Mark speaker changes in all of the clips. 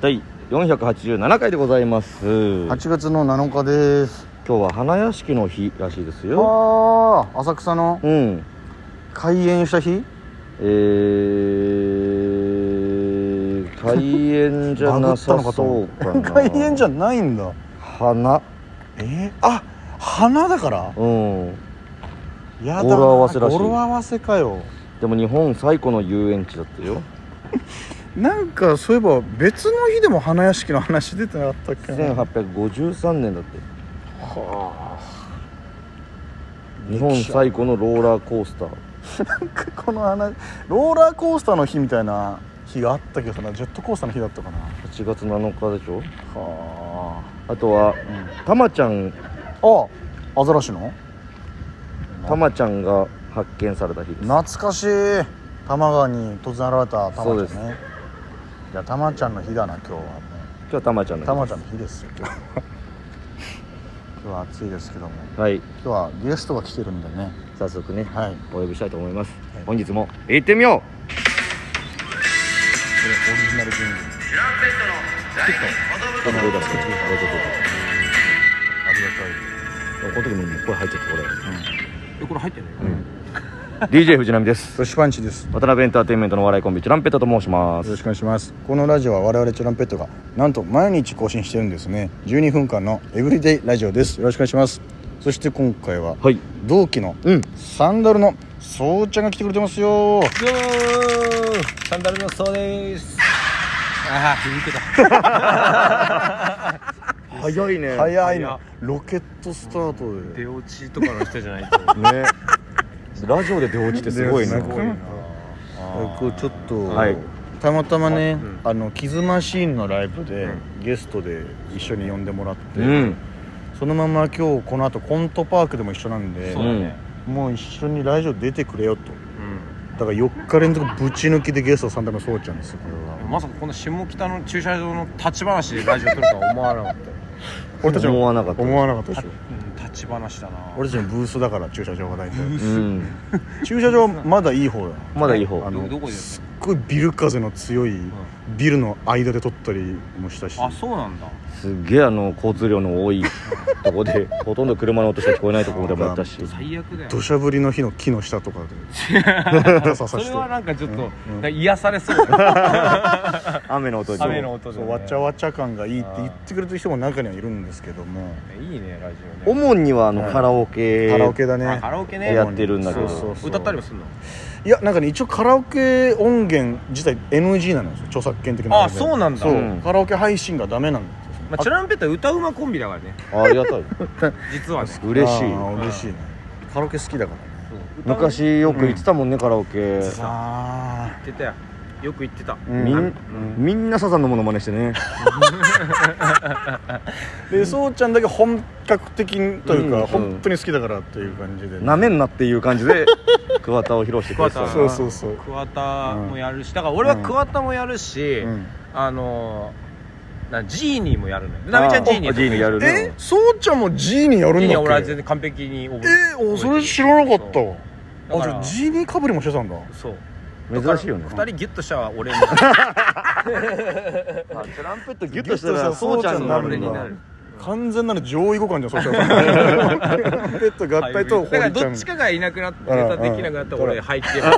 Speaker 1: 第487回でございます今
Speaker 2: 8月の7日です
Speaker 1: 日は花屋敷の日らしいですよ
Speaker 2: ああ浅草の
Speaker 1: うん
Speaker 2: 開園した日
Speaker 1: えー、開園じゃなさそうかな
Speaker 2: 開園じゃないんだ
Speaker 1: 花
Speaker 2: えー、あ花だから
Speaker 1: うん
Speaker 2: や
Speaker 1: 語呂
Speaker 2: だ
Speaker 1: 合わせらしい
Speaker 2: 語呂合わせかよ
Speaker 1: でも日本最古の遊園地だったよ
Speaker 2: なんかそういえば別の日でも花屋敷の話出てなかったっけな
Speaker 1: 1853年だって
Speaker 2: は
Speaker 1: 日本最古のローラーコースター
Speaker 2: あなんかこの話ローラーコースターの日みたいな日があったけどなジェットコースターの日だったかな
Speaker 1: 8月7日でしょ
Speaker 2: は
Speaker 1: あとは
Speaker 2: あ、うん、
Speaker 1: たまちゃん
Speaker 2: あアザラシの
Speaker 1: たまちゃんが発見された日です
Speaker 2: 懐かしい多摩川に突然現れたタ
Speaker 1: そう
Speaker 2: マ
Speaker 1: で
Speaker 2: ち
Speaker 1: す
Speaker 2: ゃんねいやタマちゃんの日だな今日はね
Speaker 1: 今日はたまちゃんの日
Speaker 2: タマちゃんの日ですよ今日 は今日は暑いですけども
Speaker 1: はい
Speaker 2: 今日はゲストが来てるんでね
Speaker 1: 早速ね
Speaker 2: はい
Speaker 1: お呼びしたいと思います、
Speaker 2: はい
Speaker 1: 本日も行ってみよ
Speaker 2: これオリジナルジングル
Speaker 1: うこの上だからねこれちょっ
Speaker 2: あり
Speaker 1: とこ
Speaker 2: がたい
Speaker 1: の時ももう声入っちゃった
Speaker 2: えこれ入ってるよ、
Speaker 1: これ DJ 藤波です
Speaker 2: 寿司パンチです
Speaker 1: 渡辺エンターテインメントのお笑いコンビチュランペッタと申しま
Speaker 2: よ
Speaker 1: す
Speaker 2: ろしくお願いしますこのラジオは我々チュランペットがなんと毎日更新してるんですね12分間のエブリデイラジオですよろしくお願いしますそして今回は
Speaker 1: はい
Speaker 2: 同期の
Speaker 1: うん
Speaker 2: サンダルのそうちゃんが来てくれてますよ
Speaker 3: どうもサンダルのそうですああ響いてた
Speaker 1: 早いね
Speaker 2: 早い
Speaker 3: 早
Speaker 2: ないロケットスタートで
Speaker 3: 出落ちとかの人じゃないと
Speaker 1: ね ラジオで出落ちてすごいね
Speaker 2: すごいなこうちょっと、
Speaker 1: はい
Speaker 2: たまたまね、
Speaker 3: ん
Speaker 2: あのキズマシーンのライブで、ゲストで一緒に呼んでもらって、
Speaker 1: うん
Speaker 2: そのまま今日この後コントパークでも一緒なんで
Speaker 3: そうだね
Speaker 2: もう一緒にラジオ出てくれよと
Speaker 3: うん
Speaker 2: だから4日連続ぶち抜きでゲストサンダルのそうちゃんですよこれは
Speaker 3: まさかこの下北の駐車場の立ち話でラジオ撮るとは思わなかったよ、
Speaker 2: 俺たちも
Speaker 1: 思わなかった
Speaker 2: 思わなかったでしょ
Speaker 3: うん、立ち話だな
Speaker 2: 俺たちのブースだから駐車場が大体
Speaker 1: うん
Speaker 2: 駐車場まだいい方だ
Speaker 1: まだいい方
Speaker 2: あの
Speaker 3: どどこです
Speaker 2: っごいビル風の強いビルの間で撮ったりもしたし
Speaker 3: あそうなんだ
Speaker 1: すっげえあの交通量の 多いとこでほとんど車の音しか聞こえないとこでもやったし
Speaker 3: 最悪だよ
Speaker 2: 土砂降りの日の木の下とかで ガサガサ
Speaker 3: そ
Speaker 2: して
Speaker 3: れはなんかちょっと、なん
Speaker 2: うん
Speaker 3: か癒されそう だね
Speaker 1: 雨の音に
Speaker 3: 雨の音で、
Speaker 2: そ
Speaker 3: ね、
Speaker 2: うわちゃわちゃ感がいいって言ってくれる人も中にはいるんですけども
Speaker 3: いいねラジオね
Speaker 1: 主にはあのカラオケ
Speaker 2: カラオケだ
Speaker 3: あ
Speaker 2: ね
Speaker 3: カラオケね
Speaker 1: やってるんだけど
Speaker 2: そうそうそう
Speaker 3: 歌ったりもするの
Speaker 2: いやなんかね一応カラオケ音源自体 NG なのよ著作権的な
Speaker 3: あそうなんだ
Speaker 2: そう
Speaker 1: うん
Speaker 2: カラオケ配信がダメなんですよ
Speaker 3: まあ、チュランペットは歌うまコンビだからね
Speaker 1: ありがたい
Speaker 3: 実はね
Speaker 1: 嬉しい
Speaker 2: あー嬉しいねカラオケ好きだからね
Speaker 3: そう歌う
Speaker 1: 昔よく行ってたもんね、カラオケ
Speaker 2: さ
Speaker 3: 言ってたよよく言ってた
Speaker 2: あ
Speaker 1: みんみんなサザンのものまねして ね
Speaker 2: でそうちゃんだけ本格的というか、
Speaker 1: うん
Speaker 2: 本当に好きだからっていう感じで、
Speaker 1: なめんなっていう感じで桑田を披露してくれてた
Speaker 3: 桑
Speaker 2: そうそうそう、
Speaker 3: 桑田もやるし、だから俺は桑田もやるし、
Speaker 2: うん
Speaker 3: あのーなジーニーもやるのよなみちゃんジーニー
Speaker 1: あジーニーやるね
Speaker 2: えそうちゃんも G にや
Speaker 3: ジ
Speaker 2: るん
Speaker 3: ーニー
Speaker 2: だ
Speaker 3: は
Speaker 2: っ
Speaker 3: 俺は
Speaker 2: け
Speaker 3: 全然完璧に覚え
Speaker 2: えー、おそれ知らなかったわ
Speaker 3: そう
Speaker 2: あじ
Speaker 3: だか
Speaker 2: ゃ
Speaker 3: ら
Speaker 2: あ G にかぶりもしてたんだ
Speaker 3: そう
Speaker 1: 珍しいよね
Speaker 3: だから二人ギュッとしたら俺 に
Speaker 1: あトランペットギ
Speaker 2: ギ
Speaker 1: ュッ
Speaker 2: ュッ
Speaker 1: と
Speaker 2: と
Speaker 1: し
Speaker 2: したた
Speaker 1: ら
Speaker 2: ら
Speaker 1: そうちゃんにな
Speaker 2: そ
Speaker 1: る
Speaker 2: うちゃ
Speaker 3: 俺
Speaker 1: ん
Speaker 2: ん
Speaker 3: に
Speaker 2: に
Speaker 3: な
Speaker 1: だ
Speaker 3: る
Speaker 2: 完全なる上位互換じゃんそうちゃん ペット合体と
Speaker 3: だから
Speaker 2: 堀ちゃ
Speaker 3: ど
Speaker 2: ん
Speaker 3: っちかがいなくなってネ
Speaker 2: うん
Speaker 3: タできなくなったら
Speaker 2: うん
Speaker 3: 俺入ってるから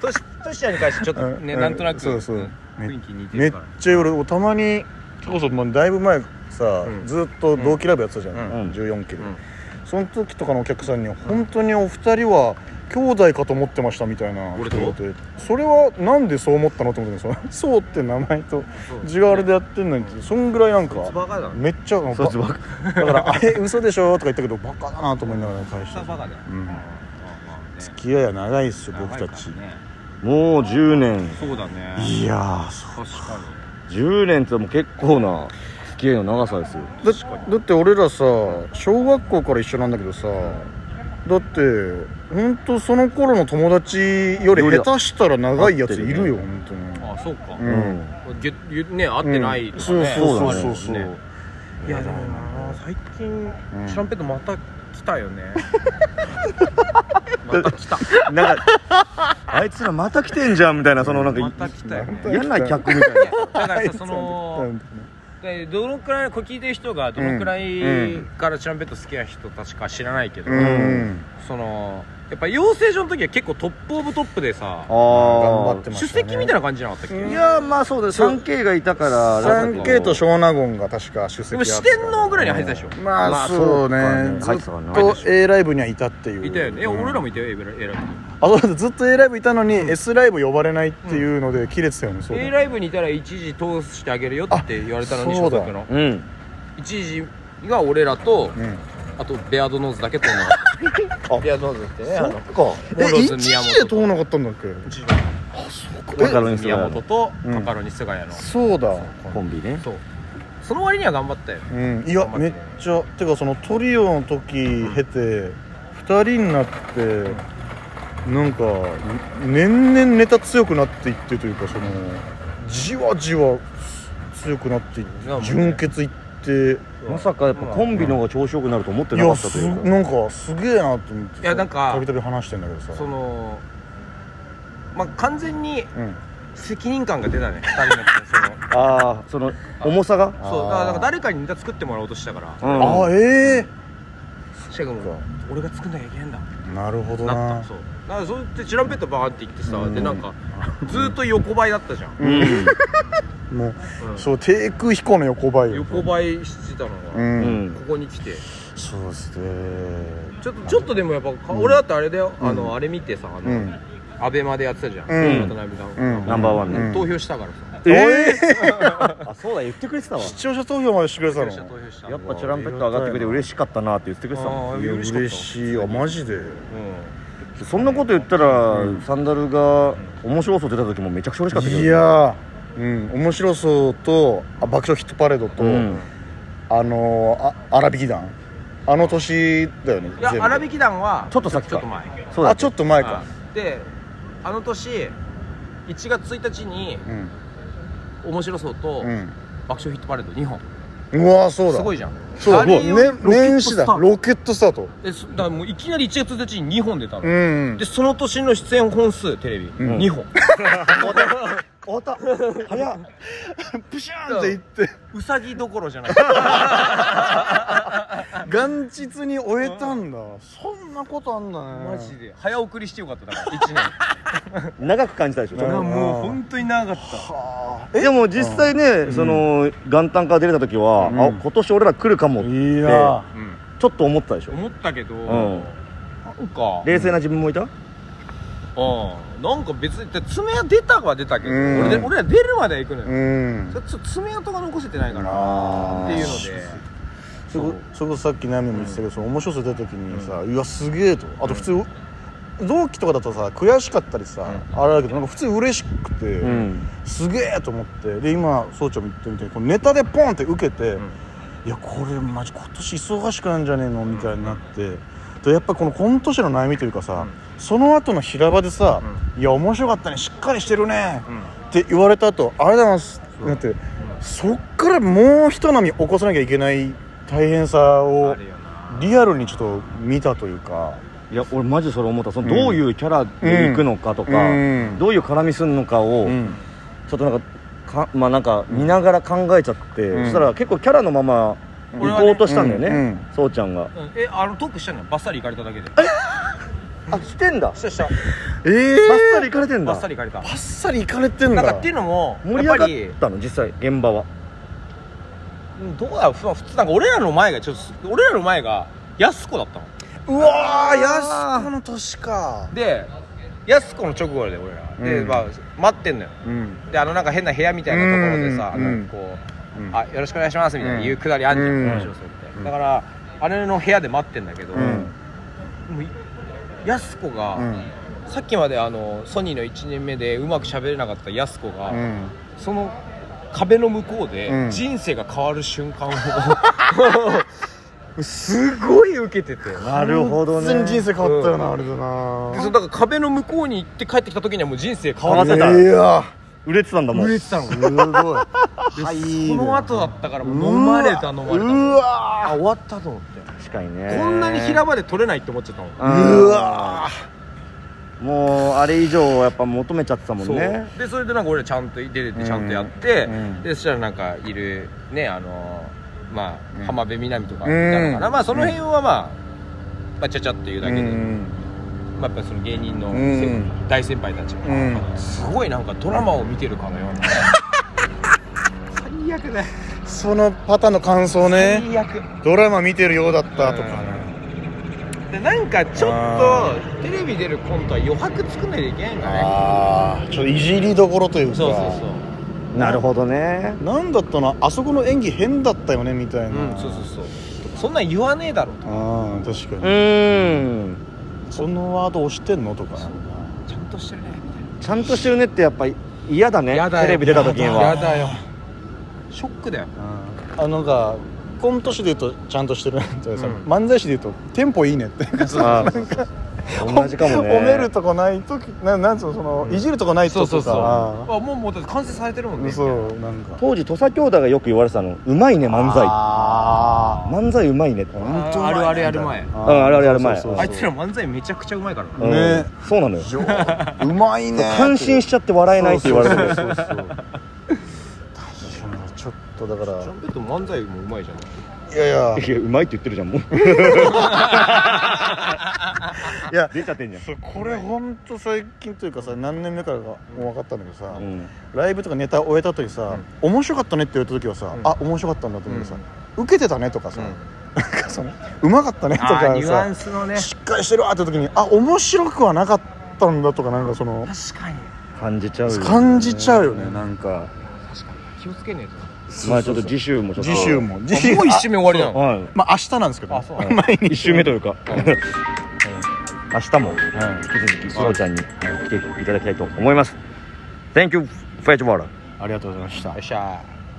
Speaker 3: と しとしちゃんに関してちょっとね
Speaker 2: うん
Speaker 3: なんとなく
Speaker 2: そうそうん
Speaker 3: 雰囲気似て
Speaker 2: め
Speaker 3: る
Speaker 2: っ
Speaker 3: から
Speaker 2: ちゃ俺たまにそれこそもうだいぶ前さ、
Speaker 3: ん
Speaker 2: ずっと同期ライブやってたじゃん、
Speaker 1: うん
Speaker 2: 14期で、
Speaker 3: うん
Speaker 2: その時とかのお客さんに本当にお二人は兄弟かと思ってましたみたいな
Speaker 3: 俺と
Speaker 2: 人がいてそれはなんでそう思ったの と思ってたんですよそうって名前と字があれでやってんのにそんぐらいなん
Speaker 3: そいつ
Speaker 2: か
Speaker 3: バカだな
Speaker 2: めっちゃ
Speaker 1: そいつばっ
Speaker 2: ば
Speaker 1: か
Speaker 2: だから「あれ嘘でしょ」とか言ったけどバカだなと思いながら返し
Speaker 3: そい
Speaker 2: て
Speaker 3: つバカだよ
Speaker 2: うん
Speaker 3: まあまあね
Speaker 2: 付き合いは長いっすよ僕
Speaker 3: 長い
Speaker 2: た
Speaker 3: から
Speaker 2: ち
Speaker 3: ね
Speaker 1: もう10年
Speaker 3: そうだね
Speaker 2: いやーそ
Speaker 3: 確かに
Speaker 1: 10年ってもう結構な付き合いの長さですよ
Speaker 2: だだって俺らさ小学校から一緒なんだけどさだって本当その頃の友達より
Speaker 1: より
Speaker 2: 下手したら長いやつ
Speaker 1: 合
Speaker 2: い
Speaker 1: ってるね
Speaker 2: るよ本当に
Speaker 3: あそうか、
Speaker 2: うん
Speaker 3: ぎゅぎゅね会ってないとか
Speaker 2: そう
Speaker 3: ね、
Speaker 2: そう
Speaker 1: そう
Speaker 2: そう
Speaker 3: そ
Speaker 2: そうう
Speaker 3: だよねいやでもな最近、
Speaker 2: うん
Speaker 3: チュランペットまた来たよねまた来た
Speaker 1: なんかあいつらまた来てんじゃんみたいなそのなんか、
Speaker 3: また来たよね
Speaker 1: 嫌な客みたいな
Speaker 3: だからさ そのでどのくらいこれ聞いてる人がどのくらいからチランペット好きな人たちか知らないけど、
Speaker 2: うん
Speaker 3: そのやっぱ養成所の時は結構トップオブトップでさ
Speaker 1: あー
Speaker 2: 頑張ってま
Speaker 3: 出
Speaker 2: したね
Speaker 3: 席みたいな感じじゃなかったっけ、
Speaker 1: いやーまあそうだ 3K がいたからなんか
Speaker 2: 3K と湘南ゴが確か出席
Speaker 3: で
Speaker 2: あっ
Speaker 3: も
Speaker 2: た
Speaker 3: 四天王ぐらいに入ってたでしょ、
Speaker 2: まあ、
Speaker 1: まあ
Speaker 2: そうね
Speaker 1: そうかね
Speaker 2: ず
Speaker 1: 入って
Speaker 2: っと A ライブにはいたっていう
Speaker 3: いたよね、いや
Speaker 2: うん
Speaker 3: 俺らもいたよ A ライブ A ライブ
Speaker 2: あそうだずっと A ライブいたのに S ライブ呼ばれないっていうので切れてたよねそうだ
Speaker 3: A ライブにいたら一時通してあげるよって言われたのに
Speaker 2: あそうだ
Speaker 3: 所属の
Speaker 1: うん
Speaker 3: 一時が俺らと、
Speaker 2: うん
Speaker 3: あとベアードノーズだけ飛んなかったベアードノーズってね あの
Speaker 2: そっかえ
Speaker 3: モロズ
Speaker 2: 1時
Speaker 3: 宮本
Speaker 2: で通らなかったんだっけ
Speaker 3: 一時
Speaker 1: だからね
Speaker 3: 宮本と
Speaker 2: うん
Speaker 3: カカロニ菅谷の、
Speaker 2: そうだ
Speaker 1: コンビね
Speaker 3: そうその割には頑張ったよ
Speaker 2: うんいや
Speaker 3: 頑張
Speaker 2: め
Speaker 3: っ
Speaker 2: って
Speaker 3: ね
Speaker 2: ちゃてかそのトリオの時経て2人になってなんか年々ネタ強くなっていってというかそのじわじわ強くなっていって
Speaker 3: いやもうね
Speaker 2: 純潔いって
Speaker 1: まさかやっぱコンビの方が調子よくなると思って
Speaker 2: い
Speaker 1: なか
Speaker 2: や
Speaker 1: ったと
Speaker 2: す
Speaker 1: いうか
Speaker 2: なんかすげえなと思って
Speaker 3: いやなんか
Speaker 2: たびたび話してんだけどさ
Speaker 3: そのまあ完全に
Speaker 2: うん
Speaker 3: 責任感が出たね2人の時のその
Speaker 1: ああその重さが
Speaker 3: そうだから
Speaker 2: あー
Speaker 3: なんか誰かにネタ作ってもらおうとしたから
Speaker 1: うん
Speaker 2: ああえ
Speaker 3: シェがも
Speaker 2: そう
Speaker 3: う俺が作んなきゃいけないんだ
Speaker 2: えなるほど
Speaker 3: なっ
Speaker 2: な
Speaker 3: たそうだからそうやってチュランペットバーンって行ってさ
Speaker 2: うん
Speaker 3: でなんかずーっと横ばいだったじゃん、
Speaker 1: うん
Speaker 2: もう
Speaker 3: うん
Speaker 2: そう低空飛行の横ばいよ
Speaker 3: 横ばいしてたの
Speaker 2: う
Speaker 3: が、
Speaker 1: うんん
Speaker 3: ここに来て
Speaker 2: そうですね
Speaker 3: ちょっとちょっとでもやっぱ、か俺だってあれだよあの、あれ見てさあ
Speaker 2: う
Speaker 3: の、
Speaker 2: ん
Speaker 3: アベマでやってたじゃん、
Speaker 2: うん
Speaker 3: 渡辺さん
Speaker 2: うん
Speaker 1: ナンバーワンね
Speaker 2: うん
Speaker 3: 投票したからさ
Speaker 2: え
Speaker 1: あそうだ言ってくれてたわ
Speaker 2: 視聴者投票までしてくれてた
Speaker 3: 投票した
Speaker 2: の
Speaker 3: 投票した
Speaker 1: やっぱチャランペット上がってくれて嬉しかったなって言ってくれてたもん
Speaker 3: あー
Speaker 2: いや
Speaker 3: 嬉しかった
Speaker 2: 嬉しいわマジで
Speaker 1: そんなこと言ったらサンダルが面白そう出た時もめちゃくちゃ嬉しかったけど
Speaker 2: いやーうん面白そうとあ爆笑ヒットパレードと
Speaker 1: うん
Speaker 2: あのーあ荒引き団あの年だよね
Speaker 3: うんいや
Speaker 2: 全部
Speaker 3: 荒引き団は
Speaker 1: ちょっと先か
Speaker 3: ちょっと前
Speaker 1: そうだ
Speaker 2: あちょっと前か
Speaker 3: うんであの年1月1日に
Speaker 2: うん
Speaker 3: 面白そうと
Speaker 2: うん
Speaker 3: 爆笑ヒットパレード2本
Speaker 2: うわーそうだ
Speaker 3: すごいじゃん
Speaker 2: そうだ
Speaker 3: あれ
Speaker 2: もうね
Speaker 3: ロケット
Speaker 2: 年始だ
Speaker 3: スタート
Speaker 2: ロケットスタート
Speaker 3: でそだからもういきなり1月1日に2本出たの、
Speaker 2: うん
Speaker 3: でその年の出演本数テレビ、
Speaker 2: ん
Speaker 3: 2本
Speaker 2: 終わった早っ プシャーンっていって
Speaker 3: うさぎどころじゃない
Speaker 2: 元日に終えたんだそんなことあんだね
Speaker 3: マジで早送りしてよかっただから1年
Speaker 1: 長く感じたでしょ
Speaker 2: うん
Speaker 3: あもう本当に長かった
Speaker 2: は
Speaker 1: でも実際ねその元旦から出れた時は
Speaker 2: うん
Speaker 1: あ今年俺ら来るかも
Speaker 2: あ
Speaker 1: っ
Speaker 2: い
Speaker 1: て
Speaker 2: い
Speaker 1: ち
Speaker 2: な
Speaker 3: うん
Speaker 1: ょっと思ったでしょ
Speaker 3: 思ったけど、
Speaker 1: ん
Speaker 3: なんか、
Speaker 1: 冷静な自分もいた
Speaker 3: うん、なんか別にで爪は出たは出たけど、
Speaker 2: うん
Speaker 3: 俺で俺ら出るまでは行くのよ、
Speaker 2: うん
Speaker 3: それちょっと爪痕が残せてないから
Speaker 1: あ
Speaker 3: っていうので
Speaker 2: それこそれこそさっき悩みも言ってたけど、その面白さ出た時にさ、うわすげえとあと普通、同期とかだとさ悔しかったりさ、あれだけどなんか普通嬉しくて、
Speaker 1: うん
Speaker 2: すげえと思ってで今総長も言ってみてこうネタでポンって受けて、
Speaker 3: ん
Speaker 2: いやこれマジ今年忙しくなんじゃねえのみたいになって、でやっぱこの今年の悩みというかさ、その後の平場でさ「いや面白かったねしっかりしてるね」って言われた後ありがとうございます」ってなって、そっからもう一波起こさなきゃいけない大変さを
Speaker 3: あるよな
Speaker 2: リアルにちょっと見たというか。
Speaker 1: いや俺マジそれ思ったそのどういうキャラで行くのかとか
Speaker 2: うん
Speaker 1: どういう絡みすんのかを
Speaker 2: うん
Speaker 1: ちょっとなんかかまあなんか見ながら考えちゃって、
Speaker 2: うん
Speaker 1: そしたら結構キャラのまま
Speaker 3: ん
Speaker 1: 行こうとしたんだよね
Speaker 2: うんうん
Speaker 1: そうちゃんが
Speaker 3: うんえあのトークしたのよバッサリ行かれただけで
Speaker 1: あしてんだバッ
Speaker 3: したした
Speaker 2: ええ
Speaker 1: サリ行かれてんだ
Speaker 3: バッサリ行かれた
Speaker 2: あっさり行かれてんだ
Speaker 3: なんかっていうのも
Speaker 1: 盛り
Speaker 3: やっぱ
Speaker 1: 上
Speaker 3: り
Speaker 1: がったの実際現場は
Speaker 3: うんどうだろうふわ普通なんか俺らの前がちょっと俺らの前が安子だったの
Speaker 2: うわーやすこの年か
Speaker 3: で安子の直後で俺ら、で、
Speaker 2: うん
Speaker 3: まあ、待ってんのよ
Speaker 2: うん
Speaker 3: であのなんか変な部屋みたいなところでさ、
Speaker 2: うん
Speaker 3: あのこう、
Speaker 2: うん
Speaker 3: あよろしくお願いしますみたいな言うくだりあんじゃん、面白そうみたいな、だからあれの部屋で待ってんだけど、
Speaker 2: うん
Speaker 3: もういやす子が、
Speaker 2: うん
Speaker 3: さっきまであのソニーの1年目でうまく喋れなかったやす子が、
Speaker 2: うん
Speaker 3: その壁の向こう
Speaker 2: う
Speaker 3: で
Speaker 2: ん
Speaker 3: 人生が変わる瞬間を、すごい受け てて
Speaker 1: なるほどね
Speaker 2: 全然人生変わったよな、
Speaker 3: うん
Speaker 2: あれだ
Speaker 3: で
Speaker 2: な
Speaker 3: そのだから壁の向こうに行って帰ってきた時にはもう人生変
Speaker 1: 変
Speaker 3: わ
Speaker 1: わ
Speaker 3: っ
Speaker 1: ってて
Speaker 3: た
Speaker 1: た
Speaker 2: いや
Speaker 1: 売れてたんだもん
Speaker 3: 売れ てたの
Speaker 2: すごいはい
Speaker 3: この後だったからもう飲まれた飲まれた
Speaker 2: う
Speaker 3: あ
Speaker 2: わ
Speaker 3: 終わったと思って
Speaker 1: 確かにね
Speaker 3: こんなに平場で取れないって思っちゃったもん
Speaker 1: うん
Speaker 2: うわ
Speaker 1: もうあれ以上やっぱ求めちゃってたもんね
Speaker 3: でそれでなんか俺らちゃんと出てってちゃんとやって、
Speaker 2: うん
Speaker 3: でそしたらなんかいるねあのーま
Speaker 2: うん
Speaker 3: あ浜辺美波とかいたのかな、
Speaker 2: うん
Speaker 3: まあその辺はまあ、まあ、ちゃちゃっていうだけで、
Speaker 2: うん
Speaker 3: まあ、やっぱその芸人の、
Speaker 2: うん
Speaker 3: 大先輩たちが、
Speaker 2: うん
Speaker 3: すごいなんかドラマを見てるかのような最悪だよ
Speaker 2: そのパターンの感想ね
Speaker 3: 最悪
Speaker 2: ドラマ見てるようだったとか
Speaker 3: でなんかちょ
Speaker 2: あ
Speaker 3: っとテレビ出るコントは余白作んないといけないんだね
Speaker 2: ああちょっといじりどころというか
Speaker 3: そうそうそう
Speaker 1: なるほどね
Speaker 2: なんだったなあそこの演技変だったよねみたいな、
Speaker 3: うんそうそうそうそんなん言わねえだろと
Speaker 2: ああ確
Speaker 1: う
Speaker 2: かに、
Speaker 1: ーん
Speaker 2: そのワード押してんのとか
Speaker 3: ちゃんとしてるねみたい
Speaker 1: ちゃんとしてるねってやっぱ嫌だね
Speaker 3: やだよ
Speaker 1: テレビ出た時に
Speaker 3: や
Speaker 1: は
Speaker 3: だよなショックだよ
Speaker 2: あのがコント師で言うとちゃんとしてるなんてさ、
Speaker 3: うん
Speaker 2: 漫才師で言うとテンポいいねって
Speaker 1: あー同じかもね
Speaker 2: 褒めるとこない時ななんつうのその、いじるとこない
Speaker 3: そ
Speaker 2: と
Speaker 3: うそう
Speaker 2: と
Speaker 3: そうあ
Speaker 2: か
Speaker 3: もうもうだって完成されてるもんね
Speaker 2: そうなんか
Speaker 1: 当時土佐兄弟がよく言われてたのうまいね漫才
Speaker 2: あ
Speaker 1: 漫才うまいねって
Speaker 2: ー
Speaker 3: あー
Speaker 2: ほんとうまいね
Speaker 3: あるあるやる前
Speaker 2: みたい
Speaker 1: う
Speaker 2: な
Speaker 1: んあるあるやる前
Speaker 2: そうそうそう
Speaker 3: あいつら漫才めちゃくちゃうまいからな
Speaker 1: うん
Speaker 2: ね
Speaker 1: そうなのよ
Speaker 2: 上手うまいねーって
Speaker 1: 感心しちゃって笑えないって言われてる
Speaker 2: そうそうそうそう確かにちょっとだから
Speaker 3: トランペット漫才もうまいじゃん
Speaker 2: いやいや
Speaker 1: いやうまいって言ってるじゃんもう
Speaker 2: いや
Speaker 1: 出ちゃってんじゃん
Speaker 2: これほんと最近というかさ何年目からかもう分かったんだけどさ、
Speaker 1: うん
Speaker 2: ライブとかネタ終えた時さ、面白かったねって言われた時はさ、
Speaker 3: うん
Speaker 2: あ面白かったんだと思うけどさ、受けてたねとかさ、
Speaker 3: うん
Speaker 2: なんか そのうまかったねと
Speaker 3: あー
Speaker 2: か
Speaker 3: ニュア
Speaker 2: さ
Speaker 3: ン、スのね
Speaker 2: しっかりしてるわって時にあ面白くはなかったんだとかなんかその
Speaker 3: 確かに
Speaker 1: 感じちゃうよね
Speaker 2: 感じちゃうよねなんか
Speaker 3: 確かに気をつけねえと
Speaker 1: まあちょっと次週もちょっと
Speaker 2: 次週も次
Speaker 3: もう一周目終わりなの
Speaker 1: はい
Speaker 2: あまあ明日なんですけどね、
Speaker 3: あそうなの
Speaker 2: 毎
Speaker 1: 一
Speaker 2: 日
Speaker 1: 週目という か明日も引き続きそうちゃんに来ていただきたいと思います Thank you フェイチボーラ
Speaker 2: ありがとうございました
Speaker 3: よっしゃー